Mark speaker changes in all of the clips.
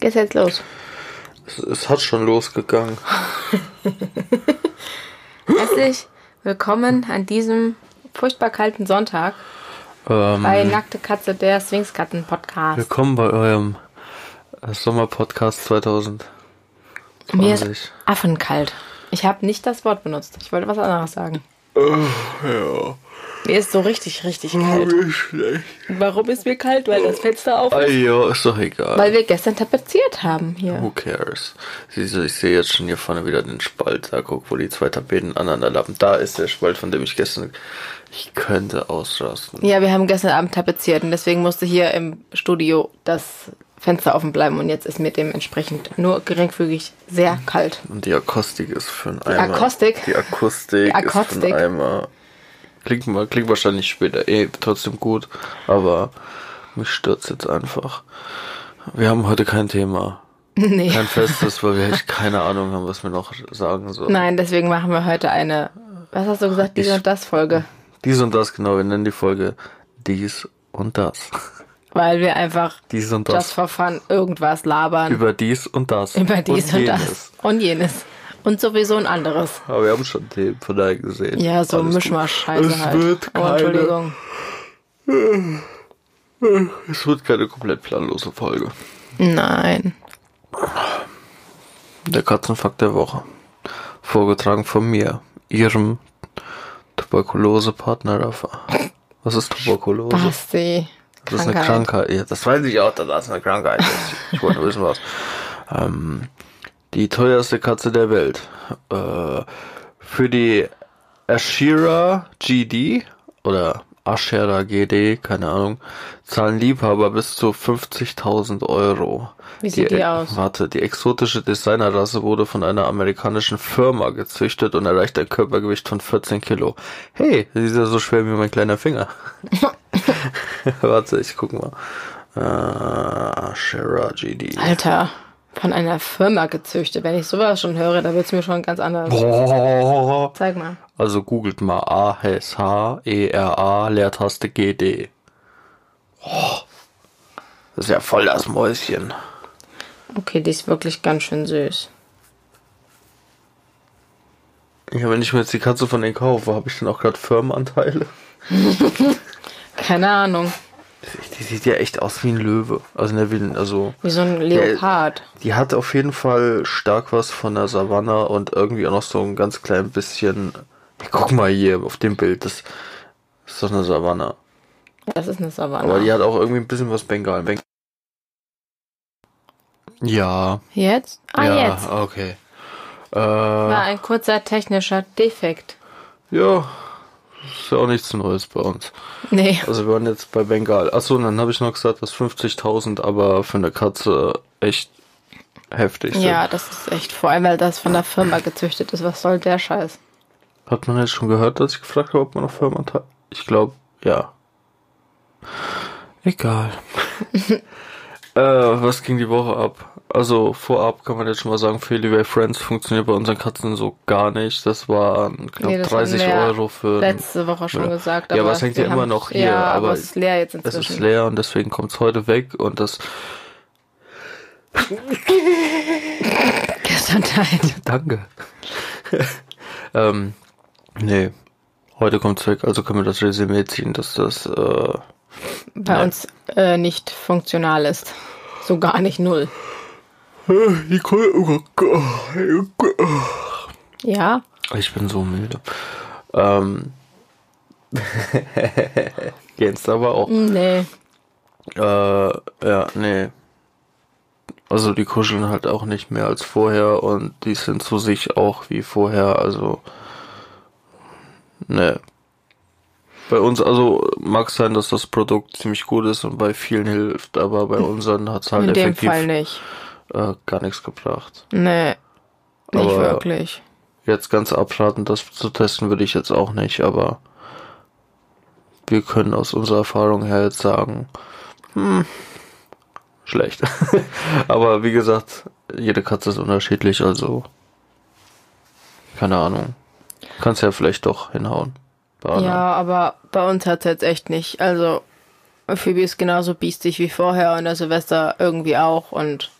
Speaker 1: Geht's jetzt los?
Speaker 2: Es, es hat schon losgegangen.
Speaker 1: Herzlich willkommen an diesem furchtbar kalten Sonntag
Speaker 2: Ähm,
Speaker 1: bei Nackte Katze, der Sphinxkatzen-Podcast.
Speaker 2: willkommen bei eurem äh, Sommerpodcast 2020.
Speaker 1: Mir ist affenkalt. Ich habe nicht das Wort benutzt. Ich wollte was anderes sagen. Mir ist so richtig, richtig kalt.
Speaker 2: schlecht.
Speaker 1: Warum ist mir kalt? Weil das Fenster auf ist.
Speaker 2: Ajo, ist doch egal.
Speaker 1: Weil wir gestern tapeziert haben hier.
Speaker 2: Who cares? Siehst du, ich sehe jetzt schon hier vorne wieder den Spalt. Da guck, wo die zwei Tapeten aneinander lappen. Da ist der Spalt, von dem ich gestern. Ich könnte ausrasten.
Speaker 1: Ja, wir haben gestern Abend tapeziert und deswegen musste hier im Studio das Fenster offen bleiben und jetzt ist mir dementsprechend nur geringfügig sehr kalt.
Speaker 2: Und die Akustik ist für einen Eimer.
Speaker 1: Akustik?
Speaker 2: Die Akustik,
Speaker 1: Die
Speaker 2: ist für einen
Speaker 1: Akustik.
Speaker 2: Eimer. Klingt, mal, klingt wahrscheinlich später eh trotzdem gut, aber mich stört jetzt einfach. Wir haben heute kein Thema.
Speaker 1: Nee.
Speaker 2: Kein festes, weil wir echt keine Ahnung haben, was wir noch sagen sollen.
Speaker 1: Nein, deswegen machen wir heute eine, was hast du gesagt, diese
Speaker 2: Ich-
Speaker 1: und das Folge.
Speaker 2: Dies und das, genau, wir nennen die Folge dies und das.
Speaker 1: Weil wir einfach
Speaker 2: Dies und
Speaker 1: just
Speaker 2: das.
Speaker 1: for fun irgendwas labern.
Speaker 2: Über dies und das.
Speaker 1: Über dies und, das.
Speaker 2: jenes.
Speaker 1: Und jenes. Und sowieso ein anderes.
Speaker 2: Aber wir haben schon Themen von daher gesehen.
Speaker 1: Ja, so
Speaker 2: Alles
Speaker 1: mischen wir Scheiße
Speaker 2: Es
Speaker 1: halt.
Speaker 2: wird
Speaker 1: oh,
Speaker 2: keine-
Speaker 1: Entschuldigung.
Speaker 2: gut. Es wird keine komplett planlose Folge.
Speaker 1: Nein.
Speaker 2: Der Katzenfakt der Woche. Vorgetragen von mir, ihrem Tuberkulose-Partnerraffer. Was ist Tuberkulose?
Speaker 1: Basti.
Speaker 2: Das ist eine Krankheit. Ja, das weiß ich auch, dass das eine Krankheit ist. Ich wollte nur wissen, was. Ähm, die teuerste Katze der Welt. Äh, für die Ashira GD oder Ashera GD, keine Ahnung, zahlen Liebhaber bis zu 50.000 Euro.
Speaker 1: Wie sieht die aus?
Speaker 2: Warte, die exotische Designerrasse wurde von einer amerikanischen Firma gezüchtet und erreicht ein Körpergewicht von 14 Kilo. Hey, die ist ja so schwer wie mein kleiner Finger. Warte, ich guck mal. Äh, Ashera GD.
Speaker 1: Alter. Von einer Firma gezüchtet. Wenn ich sowas schon höre, da wird's mir schon ganz anders.
Speaker 2: Boah.
Speaker 1: Zeig mal.
Speaker 2: Also googelt mal A-S-H-E-R-A, E, Leertaste G-D. Oh, das ist ja voll das Mäuschen.
Speaker 1: Okay, die ist wirklich ganz schön süß.
Speaker 2: Ja, wenn ich mir jetzt die Katze von denen kaufe, habe ich dann auch gerade Firmenanteile?
Speaker 1: Keine Ahnung.
Speaker 2: Die sieht ja echt aus wie ein Löwe. Also, ne, wie ein, also
Speaker 1: Wie so ein Leopard.
Speaker 2: die hat auf jeden Fall stark was von der Savanne und irgendwie auch noch so ein ganz klein bisschen. Ja, guck mal hier auf dem Bild, das ist doch eine Savanne.
Speaker 1: Das ist eine Savanne.
Speaker 2: Aber die hat auch irgendwie ein bisschen was Bengal. Beng ja.
Speaker 1: Jetzt? Ah,
Speaker 2: ja,
Speaker 1: jetzt.
Speaker 2: okay.
Speaker 1: War
Speaker 2: Äh,
Speaker 1: ein kurzer technischer Defekt.
Speaker 2: ja, ist ja auch nichts Neues bei uns.
Speaker 1: Nee.
Speaker 2: Also wir waren jetzt bei Bengal. Achso, und dann habe ich noch gesagt, dass 50.000 aber für eine Katze echt heftig sind.
Speaker 1: Ja, das ist echt, vor allem weil das von der Firma gezüchtet ist. Was soll der Scheiß?
Speaker 2: Hat man jetzt schon gehört, dass ich gefragt habe, ob man noch Firmenanteil hat? Ich glaube, ja. Egal. äh, was ging die Woche ab? Also vorab kann man jetzt schon mal sagen, Feliway Friends funktioniert bei unseren Katzen so gar nicht. Das waren knapp
Speaker 1: Nee, das haben
Speaker 2: 30
Speaker 1: wir
Speaker 2: Euro für...
Speaker 1: Letzte Woche schon
Speaker 2: Ja.
Speaker 1: gesagt.
Speaker 2: Ja, aber es hängt ja
Speaker 1: wir
Speaker 2: immer
Speaker 1: haben-
Speaker 2: noch hier,
Speaker 1: Ja, aber,
Speaker 2: aber
Speaker 1: es ist leer jetzt
Speaker 2: es
Speaker 1: inzwischen.
Speaker 2: ist leer und deswegen kommt es heute weg und das...
Speaker 1: Gesundheit.
Speaker 2: Danke. ähm, nee. Heute kommt's weg, also können wir das Resümee ziehen, dass das... Äh,
Speaker 1: Bei uns äh, nicht funktional ist. So gar nicht null. oh Ja,
Speaker 2: Ich bin so müde. Ähm. Jens aber auch.
Speaker 1: Hm, nee.
Speaker 2: Äh, ja, nee. Also die kuscheln halt auch nicht mehr als vorher und die sind zu sich auch wie vorher, also. Nee. Bei uns, also mag sein, dass das Produkt ziemlich gut ist und bei vielen hilft, aber bei unseren hat es halt
Speaker 1: In dem
Speaker 2: effektiv
Speaker 1: Fall nicht.
Speaker 2: äh, gar nichts gebracht.
Speaker 1: Nee. Nicht
Speaker 2: Aber-
Speaker 1: wirklich.
Speaker 2: jetzt ganz abraten, das zu testen würde ich jetzt auch nicht, aber wir können aus unserer Erfahrung her jetzt sagen, hm, schlecht. aber wie gesagt, jede Katze ist unterschiedlich, also keine Ahnung. Kannst ja vielleicht doch hinhauen. Bei anderen.
Speaker 1: Ja, aber bei uns hat's jetzt echt nicht. Also, Phoebe ist genauso biestig wie vorher und der Silvester irgendwie auch und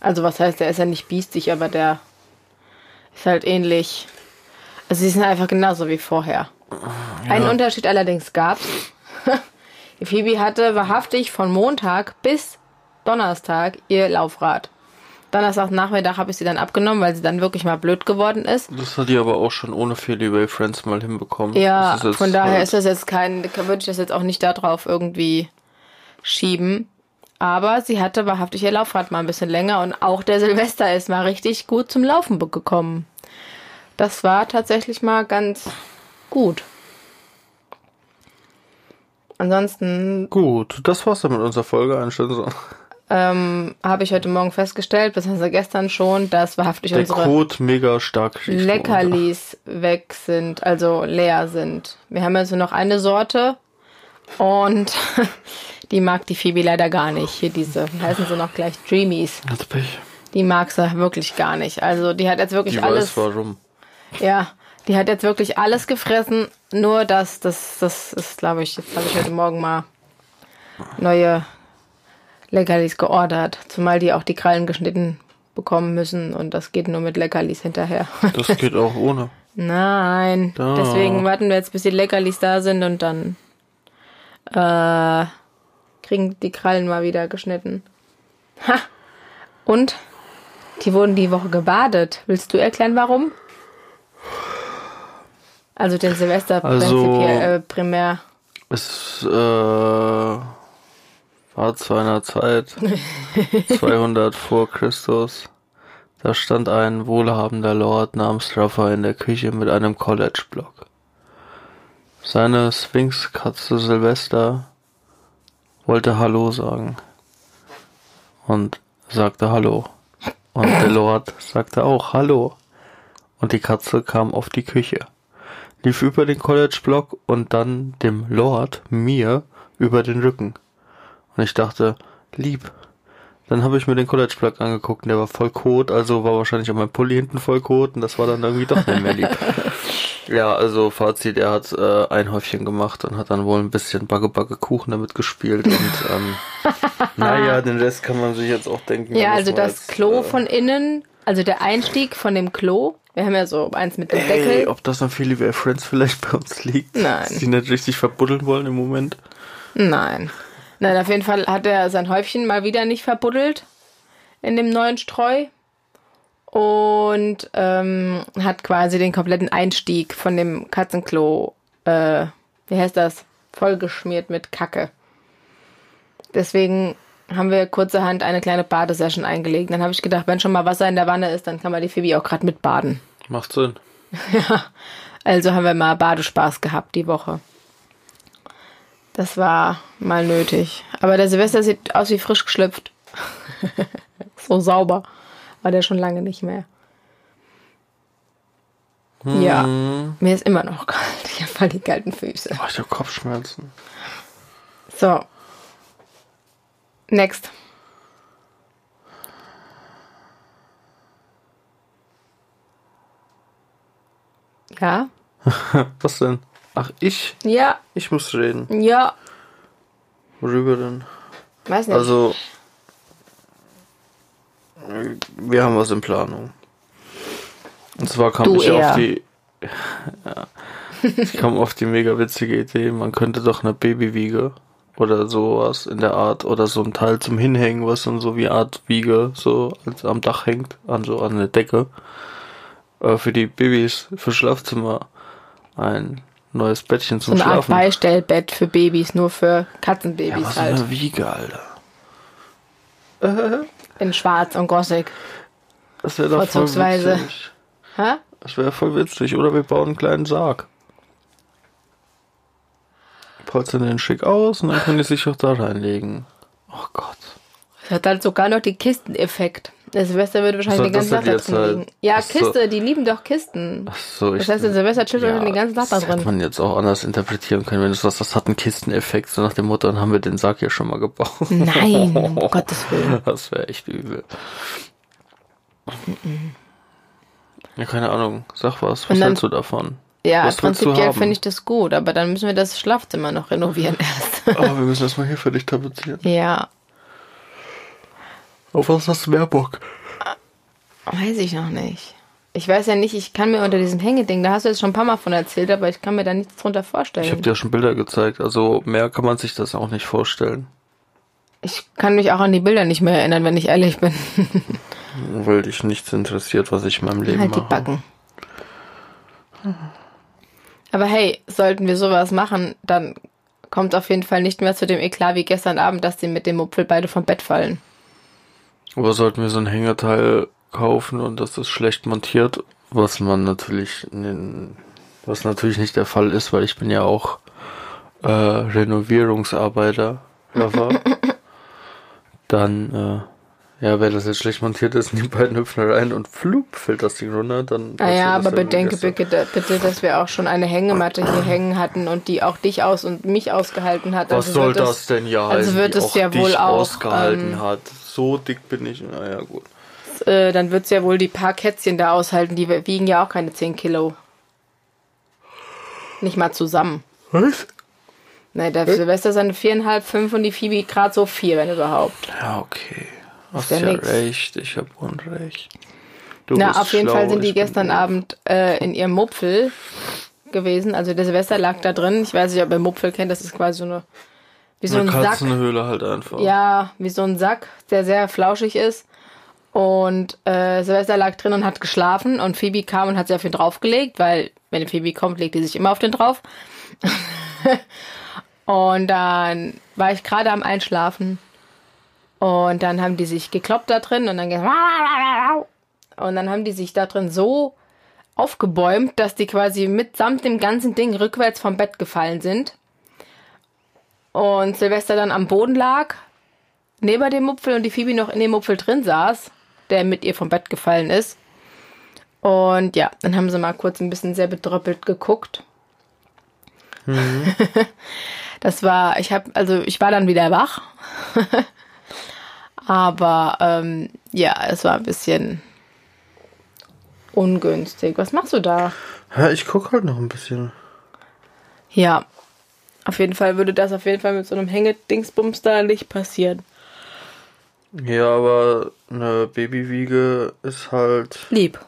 Speaker 1: Also was heißt, der ist ja nicht biestig, aber der ist halt ähnlich. Also sie sind einfach genauso wie vorher. Einen Unterschied allerdings gab's. Die Phoebe hatte wahrhaftig von Montag bis Donnerstag ihr Laufrad. Donnerstagnachmittag habe ich sie dann abgenommen, weil sie dann wirklich mal blöd geworden ist.
Speaker 2: Das hat die aber auch schon ohne Fairly Way Friends mal hinbekommen.
Speaker 1: Ja,
Speaker 2: Das ist jetzt
Speaker 1: von daher
Speaker 2: halt-
Speaker 1: ist das jetzt kein, würde ich das jetzt auch nicht darauf irgendwie schieben. Aber sie hatte wahrhaftig ihr Laufrad mal ein bisschen länger und auch der Silvester ist mal richtig gut zum Laufen be- gekommen. Das war tatsächlich mal ganz gut. Ansonsten
Speaker 2: Gut, das war's dann mit unserer Folge. Ein schönes
Speaker 1: ähm, habe ich heute Morgen festgestellt, beziehungsweise gestern schon, dass wahrhaftig
Speaker 2: Der
Speaker 1: unsere
Speaker 2: Code mega stark schießt runter.
Speaker 1: Leckerlis weg sind, also leer sind. Wir haben also noch eine Sorte und die mag die Phoebe leider gar nicht. Hier diese, wie heißen sie noch gleich? Dreamies.
Speaker 2: Hat Pech.
Speaker 1: Die mag sie wirklich gar nicht. Also die hat jetzt wirklich
Speaker 2: Die
Speaker 1: alles.
Speaker 2: weiß warum.
Speaker 1: Ja, die hat jetzt wirklich alles gefressen. Nur das, das, das ist, glaube ich, jetzt habe ich heute Morgen mal neue Leckerlis geordert. Zumal die auch die Krallen geschnitten bekommen müssen und das geht nur mit Leckerlis hinterher.
Speaker 2: Das geht auch ohne.
Speaker 1: Nein.
Speaker 2: Da.
Speaker 1: Deswegen warten wir jetzt, bis die Leckerlis da sind und dann äh, kriegen die Krallen mal wieder geschnitten. Ha! Und die wurden die Woche gebadet. Willst du erklären, warum? Also den Silvester
Speaker 2: Also-
Speaker 1: prinzipiell äh, primär.
Speaker 2: Es äh, war zu einer Zeit 200 vor Christus. Da stand ein wohlhabender Lord namens Raffa in der Küche mit einem College-Block. Seine Sphinx-Katze Silvester wollte Hallo sagen. Und sagte Hallo. Und der Lord sagte auch Hallo. Und die Katze kam auf die Küche lief über den College-Block und dann dem Lord, mir, über den Rücken. Und ich dachte, lieb. Dann habe ich mir den College-Block angeguckt und der war voll kot, also war wahrscheinlich auch mein Pulli hinten voll kot und das war dann irgendwie doch nicht mehr lieb. ja, also Fazit, er hat äh, ein Häufchen gemacht und hat dann wohl ein bisschen Bagge-Bagge-Kuchen damit gespielt und ähm, naja, den Rest kann man sich jetzt auch denken. da
Speaker 1: Ja,
Speaker 2: muss
Speaker 1: also
Speaker 2: man
Speaker 1: das
Speaker 2: jetzt,
Speaker 1: Klo
Speaker 2: äh,
Speaker 1: von innen, also der Einstieg von dem Klo. Wir haben ja so eins mit dem
Speaker 2: Ey,
Speaker 1: Deckel.
Speaker 2: ob das an Philly Bear Friends vielleicht bei uns liegt?
Speaker 1: Nein.
Speaker 2: Dass die nicht richtig verbuddeln wollen im Moment.
Speaker 1: Nein. Nein, auf jeden Fall hat er sein Häufchen mal wieder nicht verbuddelt in dem neuen Streu und ähm, hat quasi den kompletten Einstieg von dem Katzenklo, äh, wie heißt das, vollgeschmiert mit Kacke. Deswegen haben wir kurzerhand eine kleine Badesession eingelegt. Dann habe ich gedacht, wenn schon mal Wasser in der Wanne ist, dann kann man die Phoebe auch gerade mit baden.
Speaker 2: Macht Sinn.
Speaker 1: Also haben wir mal Badespaß gehabt die Woche. Das war mal nötig. Aber der Silvester sieht aus wie frisch geschlüpft. so sauber war der schon lange nicht mehr. Ja, mir ist immer noch kalt. Ich habe mal die kalten Füße.
Speaker 2: Oh, ich habe Kopfschmerzen.
Speaker 1: So. Next. Ja?
Speaker 2: Was denn? Ach, ich?
Speaker 1: Ja,
Speaker 2: Ich muss reden.
Speaker 1: ja.
Speaker 2: Worüber denn?
Speaker 1: Weiß nicht.
Speaker 2: Also, äh, wir haben was in Planung. Und zwar kam
Speaker 1: Du
Speaker 2: ich
Speaker 1: eher.
Speaker 2: auf die. ja, ich kam auf die mega witzige Idee, man könnte doch eine Babywiege oder sowas in der Art oder so ein Teil zum Hinhängen, was dann so wie Art Wiege so als am Dach hängt, an so an der Decke, äh, für die Babys, für Schlafzimmer ein neues Bettchen
Speaker 1: so
Speaker 2: zum
Speaker 1: eine Art
Speaker 2: Schlafen.
Speaker 1: Beistellbett für Babys, nur für
Speaker 2: ja, was
Speaker 1: Katzenbabys
Speaker 2: für
Speaker 1: halt.
Speaker 2: eine Wiege, Alter.
Speaker 1: In schwarz und gossig.
Speaker 2: Das wäre doch voll
Speaker 1: Vorzugsweise.
Speaker 2: witzig.
Speaker 1: Hä?
Speaker 2: Das wäre voll witzig. Oder wir bauen einen kleinen Sarg. Polstern den schick aus und dann können die sich auch da reinlegen. Oh Gott.
Speaker 1: Das hat halt sogar noch die Kisteneffekt. Der Silvester würde wahrscheinlich
Speaker 2: Was
Speaker 1: den ganzen
Speaker 2: soll
Speaker 1: Tag da
Speaker 2: Also das denn
Speaker 1: drin
Speaker 2: jetzt
Speaker 1: liegen.
Speaker 2: halt?
Speaker 1: Ja,
Speaker 2: Ach so.
Speaker 1: Kiste, die lieben doch Kisten.
Speaker 2: So, ich
Speaker 1: Das heißt, der Silvester chillt
Speaker 2: ja,
Speaker 1: wahrscheinlich den ganzen Tag da
Speaker 2: das hätte
Speaker 1: drin.
Speaker 2: man jetzt auch anders interpretieren können, wenn du sagst, das hat einen Kisteneffekt, so nach dem Motto, dann haben wir den Sarg ja schon mal gebaut.
Speaker 1: Nein, um Gottes Willen.
Speaker 2: Das wäre echt übel. Ja, keine Ahnung. Sag was. Was
Speaker 1: Und dann-
Speaker 2: hältst du davon?
Speaker 1: Ja,
Speaker 2: Was willst du
Speaker 1: prinzipiell
Speaker 2: haben?
Speaker 1: finde ich das gut, aber dann müssen wir das Schlafzimmer noch
Speaker 2: Oh,
Speaker 1: renovieren erst.
Speaker 2: Aber wir müssen erstmal hier für dich tapezieren.
Speaker 1: ja.
Speaker 2: Auf was hast du mehr Bock?
Speaker 1: Weiß ich noch nicht. Ich weiß ja nicht, ich kann mir unter diesem Hängeding, da hast du jetzt schon ein paar Mal von erzählt, aber ich kann mir da nichts drunter vorstellen.
Speaker 2: Ich habe dir schon Bilder gezeigt, also mehr kann man sich das auch nicht vorstellen.
Speaker 1: Ich kann mich auch an die Bilder nicht mehr erinnern, wenn ich ehrlich bin.
Speaker 2: Weil dich nichts interessiert, was ich in meinem Leben
Speaker 1: halt die
Speaker 2: mache.
Speaker 1: Backen. Aber hey, sollten wir sowas machen, dann kommt auf jeden Fall nicht mehr zu dem Eklat wie gestern Abend, dass die mit dem Mupfel beide vom Bett fallen.
Speaker 2: Aber sollten wir so ein Hängerteil kaufen und das ist schlecht montiert, was man natürlich, n- was natürlich nicht der Fall ist, weil ich bin ja auch äh, Renovierungsarbeiter, Lover. dann, äh, ja, wenn das jetzt schlecht montiert ist, die beiden hüpfen rein und flup, fällt das Ding runter, dann. passiert
Speaker 1: Naja,
Speaker 2: das
Speaker 1: Ah aber
Speaker 2: dann wie
Speaker 1: bedenke
Speaker 2: gestern.
Speaker 1: bitte, bitte, dass wir auch schon eine Hängematte hier hängen hatten und die auch dich aus und mich ausgehalten hat.
Speaker 2: Was
Speaker 1: Also
Speaker 2: soll
Speaker 1: wird es-
Speaker 2: das denn ja
Speaker 1: also
Speaker 2: heißen,
Speaker 1: wird
Speaker 2: die
Speaker 1: es
Speaker 2: auch
Speaker 1: ja
Speaker 2: dich
Speaker 1: wohl auch,
Speaker 2: ausgehalten
Speaker 1: ähm,
Speaker 2: hat? So dick bin ich, naja, gut.
Speaker 1: Äh, dann wird es ja wohl die paar Kätzchen da aushalten, die wir- wiegen ja auch keine 10 Kilo. Nicht mal zusammen.
Speaker 2: Was?
Speaker 1: Nee,
Speaker 2: Äh?
Speaker 1: der Silvester seine viereinhalb, fünf und die Phoebe gerade so vier, wenn überhaupt.
Speaker 2: Ja, okay. Hast
Speaker 1: ja
Speaker 2: ja
Speaker 1: nix.
Speaker 2: recht, ich hab Unrecht. Du
Speaker 1: Na,
Speaker 2: bist
Speaker 1: auf jeden
Speaker 2: schlau,
Speaker 1: Fall sind die
Speaker 2: ich bin
Speaker 1: gestern
Speaker 2: doof.
Speaker 1: Abend äh, in ihrem Mupfel gewesen. Also der Silvester lag da drin. Ich weiß nicht, ob ihr Mupfel kennt, das ist quasi so eine. Wie so
Speaker 2: Eine
Speaker 1: ein Sack.
Speaker 2: Katzenhöhle halt einfach.
Speaker 1: Ja, wie so ein Sack, der sehr flauschig ist. Und äh, Silvester lag drin und hat geschlafen und Phoebe kam und hat sich auf ihn draufgelegt, weil wenn Phoebe kommt, legt die sich immer auf den drauf. und dann war ich gerade am Einschlafen und dann haben die sich gekloppt da drin und dann geht's und dann haben die sich da drin so aufgebäumt, dass die quasi mitsamt dem ganzen Ding rückwärts vom Bett gefallen sind und Silvester dann am Boden lag, neben dem Mupfel und die Phoebe noch in dem Mupfel drin saß, der mit ihr vom Bett gefallen ist. Und ja, dann haben sie mal kurz ein bisschen sehr bedröppelt geguckt. Mhm. das war, ich habe, also ich war dann wieder wach. Aber ähm, ja, es war ein bisschen ungünstig. Was machst du da?
Speaker 2: Hä, ich guck halt noch ein bisschen.
Speaker 1: Ja. Auf jeden Fall würde das auf jeden Fall mit so einem Hängedingsbums da nicht passieren.
Speaker 2: Ja, aber eine Babywiege ist halt.
Speaker 1: Lieb.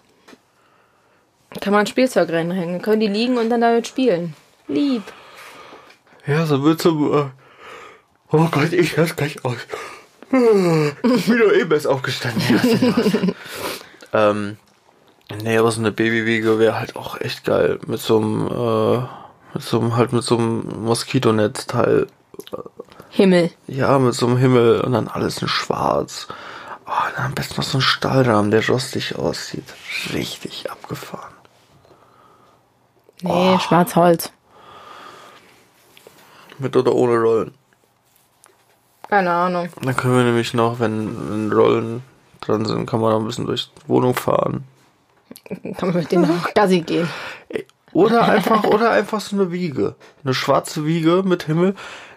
Speaker 1: Kann man Spielzeug reinhängen. Können die liegen und dann damit spielen. Lieb.
Speaker 2: Ja, so wird zum. Äh oh Gott, ich hör's gleich aus. Ich bin doch eben erst aufgestanden. Ja, ist ja was. ähm, nee, aber so eine Babywiege wäre halt auch echt geil. Mit so einem, äh, mit so einem, halt mit so einem Moskitonetzteil.
Speaker 1: Himmel.
Speaker 2: Ja, mit so einem Himmel und dann alles in schwarz. Oh, und dann am besten noch so ein Stahlrahmen, der rostig aussieht. Richtig abgefahren.
Speaker 1: Nee,
Speaker 2: Oh.
Speaker 1: Schwarzholz.
Speaker 2: Mit oder ohne Rollen.
Speaker 1: Keine Ahnung.
Speaker 2: Dann können wir nämlich noch, wenn, wenn Rollen dran sind, kann man noch ein bisschen durch die Wohnung fahren.
Speaker 1: Kann man mit denen auch Gassi gehen.
Speaker 2: Oder einfach, oder einfach so eine Wiege. Eine schwarze Wiege mit Himmel,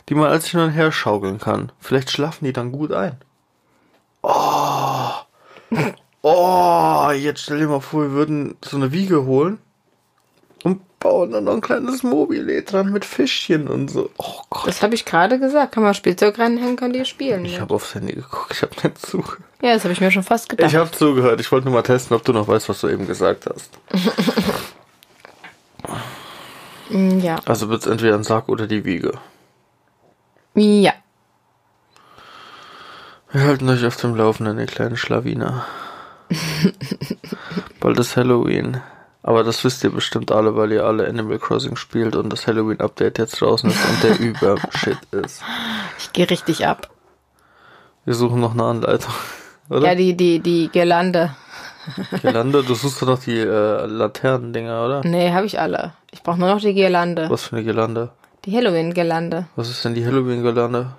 Speaker 2: die man als hin und her schaukeln kann. Vielleicht schlafen die dann gut ein. Oh, oh jetzt stell dir mal vor, wir würden so eine Wiege holen und bauen dann noch ein kleines Mobile dran mit Fischchen und so. Oh Gott.
Speaker 1: Das habe ich gerade gesagt. Kann man Spielzeug reinhängen, können die spielen.
Speaker 2: Ich
Speaker 1: Ja,
Speaker 2: habe aufs Handy geguckt, ich habe nicht zugehört.
Speaker 1: das habe ich mir schon fast
Speaker 2: Ich
Speaker 1: gedacht.
Speaker 2: habe zugehört, ich wollte nur mal testen, ob du noch weißt, was du eben gesagt hast.
Speaker 1: Mm, Ja.
Speaker 2: Also wird's entweder ein Sarg oder die Wiege.
Speaker 1: Ja.
Speaker 2: Wir halten euch auf dem Laufenden, ihr kleinen Schlawiner. Bald ist Halloween. Aber das wisst ihr bestimmt alle, weil ihr alle Animal Crossing spielt und das Halloween-Update jetzt draußen ist und der Übershit ist.
Speaker 1: Ich gehe richtig ab.
Speaker 2: Wir suchen noch eine Anleitung, oder?
Speaker 1: Ja, die, die, die Girlande.
Speaker 2: Gelande, du suchst doch noch die äh, Laternendinger, oder?
Speaker 1: Nee, habe ich alle. Ich brauche nur noch die Girlande.
Speaker 2: Was für eine Gelande?
Speaker 1: Die Halloween-Girlande.
Speaker 2: Was ist denn die Halloween-Gelande?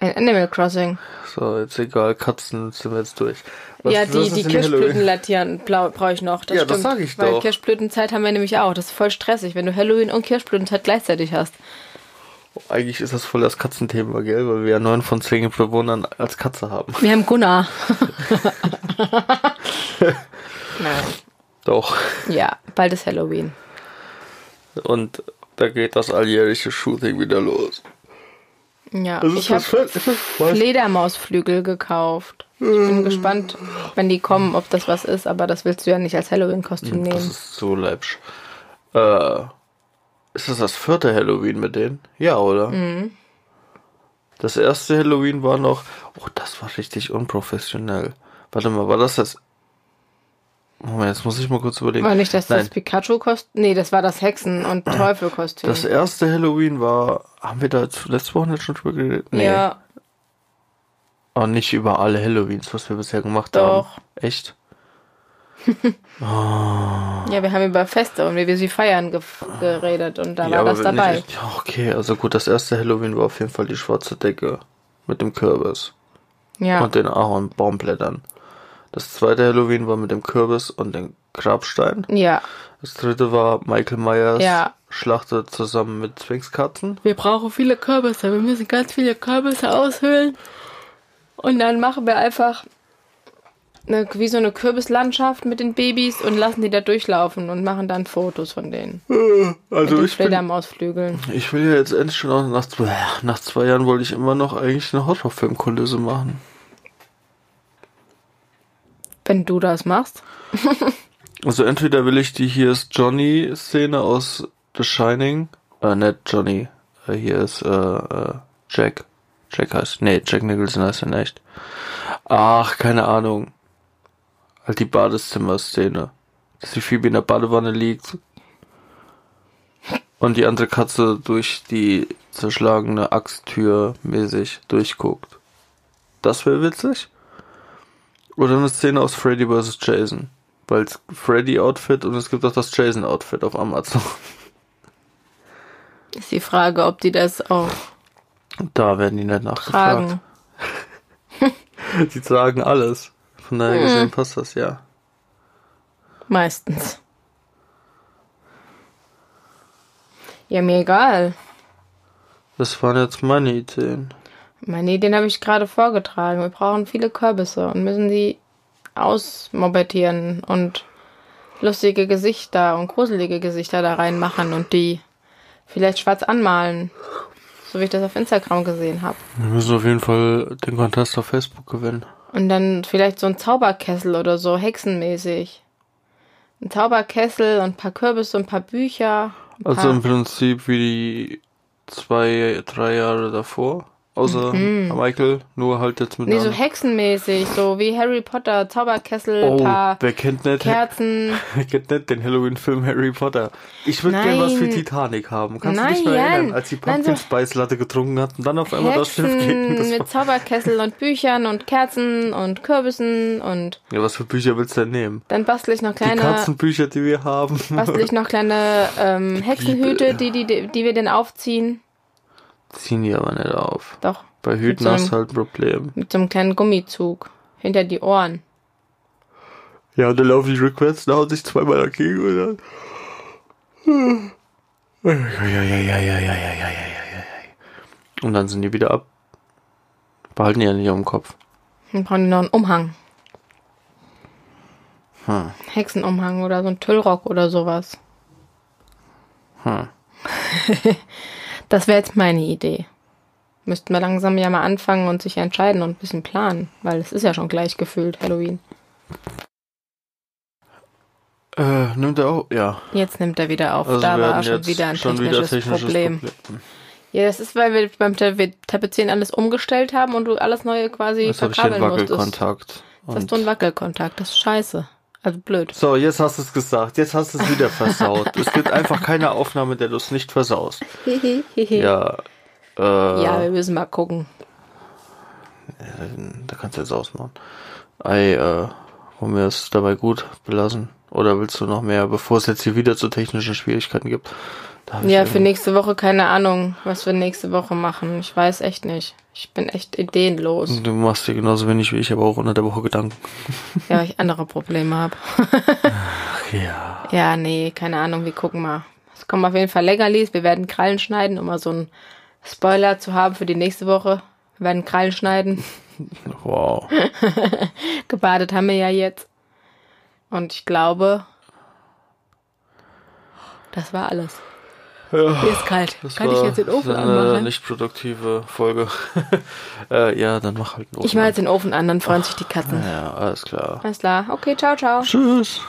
Speaker 1: Ein Animal Crossing.
Speaker 2: So, jetzt egal, Katzen sind wir jetzt durch. Was,
Speaker 1: ja,
Speaker 2: was
Speaker 1: die,
Speaker 2: ist
Speaker 1: die
Speaker 2: denn Halloween-
Speaker 1: Kirschblütenlaternen brauche ich noch. Das
Speaker 2: Ja,
Speaker 1: stimmt,
Speaker 2: das sag ich
Speaker 1: Weil
Speaker 2: doch.
Speaker 1: Kirschblütenzeit haben wir nämlich auch. Das ist voll stressig, wenn du Halloween und Kirschblütenzeit gleichzeitig hast.
Speaker 2: Eigentlich ist das voll das Katzenthema, gell? Weil wir ja neun von zehn Bewohnern als Katze haben.
Speaker 1: Wir haben Gunnar. Nein.
Speaker 2: Doch.
Speaker 1: Ja, bald ist Halloween.
Speaker 2: Und da geht das alljährliche Shooting wieder los.
Speaker 1: Ja,
Speaker 2: Das ist
Speaker 1: ich habe
Speaker 2: das Fett. Was?
Speaker 1: Fledermausflügel gekauft. Ich
Speaker 2: Äh.
Speaker 1: bin gespannt, wenn die kommen, ob das was ist, aber das willst du ja nicht als Halloween-Kostüm
Speaker 2: Das
Speaker 1: nehmen.
Speaker 2: ist so läppsch. Äh, ist das das vierte Halloween mit denen? Ja, oder?
Speaker 1: Mhm.
Speaker 2: Das erste Halloween war noch. Oh, das war richtig unprofessionell. Warte mal, war das das. Moment, jetzt muss ich mal kurz überlegen.
Speaker 1: War nicht, dass das
Speaker 2: Nein,
Speaker 1: Pikachu-Kostüm. Nee, das war das Hexen- und Teufel-Kostüm.
Speaker 2: das erste Halloween war. Haben wir da letzte Woche nicht schon drüber geredet? Nee.
Speaker 1: Ja,
Speaker 2: Aber nicht über alle Halloweens, was wir bisher gemacht
Speaker 1: Doch.
Speaker 2: haben. Echt?
Speaker 1: ja, wir haben über Feste und wie wir sie feiern ge geredet und da war
Speaker 2: aber
Speaker 1: das
Speaker 2: wenn
Speaker 1: dabei.
Speaker 2: nicht- ja, okay, also gut, das erste Halloween war auf jeden Fall die schwarze Decke mit dem Kürbis.
Speaker 1: Ja,
Speaker 2: und den Ahornbaumblättern. Das zweite Halloween war mit dem Kürbis und dem Grabstein.
Speaker 1: ja.
Speaker 2: Das dritte war Michael Myers
Speaker 1: Ja.
Speaker 2: Schlachte zusammen mit Zwingskatzen.
Speaker 1: Wir brauchen viele Kürbisse. Wir müssen ganz viele Kürbisse aushöhlen. Und dann machen wir einfach eine, wie so eine Kürbislandschaft mit den Babys und lassen die da durchlaufen und machen dann Fotos von denen.
Speaker 2: Also
Speaker 1: Mit den
Speaker 2: ich bin,
Speaker 1: Fledermausflügeln.
Speaker 2: ich will ja jetzt endlich schon auch nach, zwei- nach zwei Jahren wollte ich immer noch eigentlich eine Horrorfilmkulisse machen.
Speaker 1: Wenn du das machst.
Speaker 2: Also entweder will ich die hier ist Johnny Szene aus The Shining, äh, nicht Johnny, äh, hier ist äh, äh, Jack, Jack heißt, nee, Jack Nicholson heißt er nicht. Ach, keine Ahnung. Halt die Badezimmer-Szene, dass die Phoebe in der Badewanne liegt und die andere Katze durch die zerschlagene Axttür mäßig durchguckt. Das wäre witzig. Oder eine Szene aus Freddy vs. Jason. Weil es Freddy-Outfit und es gibt auch das Jason-Outfit auf Amazon.
Speaker 1: Ist die Frage, ob die das auch
Speaker 2: Da werden die nicht
Speaker 1: tragen.
Speaker 2: nachgefragt. Die tragen alles.
Speaker 1: Hm.
Speaker 2: Von daher gesehen passt das ja.
Speaker 1: Meistens. Ja, mir egal.
Speaker 2: Das waren jetzt meine Ideen.
Speaker 1: Meine Ideen habe ich gerade vorgetragen. Wir brauchen viele Kürbisse und müssen sie ausmobettieren und lustige Gesichter und gruselige Gesichter da reinmachen und die vielleicht schwarz anmalen. So wie ich das auf Instagram gesehen habe.
Speaker 2: Wir müssen auf jeden Fall den Contest auf Facebook gewinnen.
Speaker 1: Und dann vielleicht so ein Zauberkessel oder so, hexenmäßig. Ein Zauberkessel und ein paar Kürbisse und ein paar Bücher. Ein paar
Speaker 2: Also im Prinzip wie die zwei, drei Jahre davor. Außer Michael, nur halt jetzt mit
Speaker 1: Mhm. nee, so
Speaker 2: einem-
Speaker 1: hexenmässig, so wie Harry Potter, Zauberkessel,
Speaker 2: Oh,
Speaker 1: paar
Speaker 2: wer kennt nicht,
Speaker 1: Kerzen.
Speaker 2: wer kennt nicht den Halloween-Film Harry Potter? Ich würde gerne was wie
Speaker 1: Nein.
Speaker 2: Titanic haben. Kannst du dich
Speaker 1: Nein,
Speaker 2: noch erinnern,
Speaker 1: Jan.
Speaker 2: als die
Speaker 1: Nein, so-
Speaker 2: Pumpkin Spice Latte getrunken hatten, dann auf einmal das Schiff gegen das
Speaker 1: Hexen
Speaker 2: war-
Speaker 1: mit Zauberkessel und Büchern und Kerzen und Kürbissen und
Speaker 2: Ja, was für Bücher willst du denn nehmen?
Speaker 1: dann bastle ich noch
Speaker 2: Die
Speaker 1: kleine,
Speaker 2: Katzenbücher, die wir haben.
Speaker 1: bastle ich noch kleine ähm, Hexenhüte, die, die, die, die wir denn aufziehen.
Speaker 2: Ziehen die aber nicht auf.
Speaker 1: Doch,
Speaker 2: Bei Hüten
Speaker 1: so einem-
Speaker 2: hast du halt ein Problem.
Speaker 1: mit so einem kleinen Gummizug hinter die Ohren.
Speaker 2: Ja, und dann laufen die rückwärts und hauen sich zweimal dagegen und dann. Und dann sind die wieder ab. Behalten die ja nicht am Kopf.
Speaker 1: Dann brauchen die noch einen Umhang. Hexenumhang oder so ein Tüllrock oder sowas.
Speaker 2: Hm.
Speaker 1: Das wäre jetzt meine Idee. Müssten wir langsam ja mal anfangen und sich entscheiden und ein bisschen planen, weil es ist ja schon gleich gefühlt Halloween.
Speaker 2: Äh, nimmt er auch? Ja.
Speaker 1: Jetzt nimmt er wieder auf.
Speaker 2: Also
Speaker 1: da
Speaker 2: wir
Speaker 1: war
Speaker 2: hatten
Speaker 1: schon
Speaker 2: jetzt
Speaker 1: wieder ein
Speaker 2: schon wieder
Speaker 1: technisches,
Speaker 2: technisches
Speaker 1: Problem. Ja, das ist, weil wir beim Tape- Tapezieren alles umgestellt haben und du alles neue quasi
Speaker 2: Jetzt habe Also ich den
Speaker 1: verkabeln musstest.
Speaker 2: Wackelkontakt.
Speaker 1: Jetzt hast
Speaker 2: Und-
Speaker 1: du einen Wackelkontakt. Das ist scheiße. Also blöd.
Speaker 2: So, jetzt hast du es gesagt. Jetzt hast du es wieder versaut. es gibt einfach keine Aufnahme, der du es nicht versaust.
Speaker 1: ja.
Speaker 2: Ja. Äh,
Speaker 1: ja, wir müssen mal gucken.
Speaker 2: Da kannst du jetzt ausmachen. Ei, äh, wollen wir es dabei gut belassen? Oder willst du noch mehr, bevor es jetzt hier wieder zu technischen Schwierigkeiten gibt? Da hab ich
Speaker 1: Ja, für
Speaker 2: irgendwie-
Speaker 1: nächste Woche keine Ahnung, was wir nächste Woche machen. Ich weiß echt nicht. Ich bin echt ideenlos,
Speaker 2: Du machst dir genauso wenig wie ich, aber auch unter der Woche Gedanken.
Speaker 1: ja, weil ich andere Probleme habe.
Speaker 2: Ach ja.
Speaker 1: Ja, nee, keine Ahnung, wir gucken mal. Es kommen auf jeden Fall Leckerlis. Wir werden Krallen schneiden, um mal so einen Spoiler zu haben für die nächste Woche. Wir werden Krallen schneiden.
Speaker 2: Wow.
Speaker 1: Gebadet haben wir ja jetzt. Und ich glaube, das war alles. Mir ist kalt.
Speaker 2: Das
Speaker 1: Kann ich
Speaker 2: war
Speaker 1: jetzt den Ofen
Speaker 2: eine
Speaker 1: anmachen?
Speaker 2: nicht produktive Folge. äh, ja, dann mach halt einen Ofen.
Speaker 1: Ich mache jetzt den Ofen an, dann freuen sich die Katzen.
Speaker 2: an. Ja, alles klar.
Speaker 1: Alles klar. Okay, ciao, ciao.
Speaker 2: Tschüss.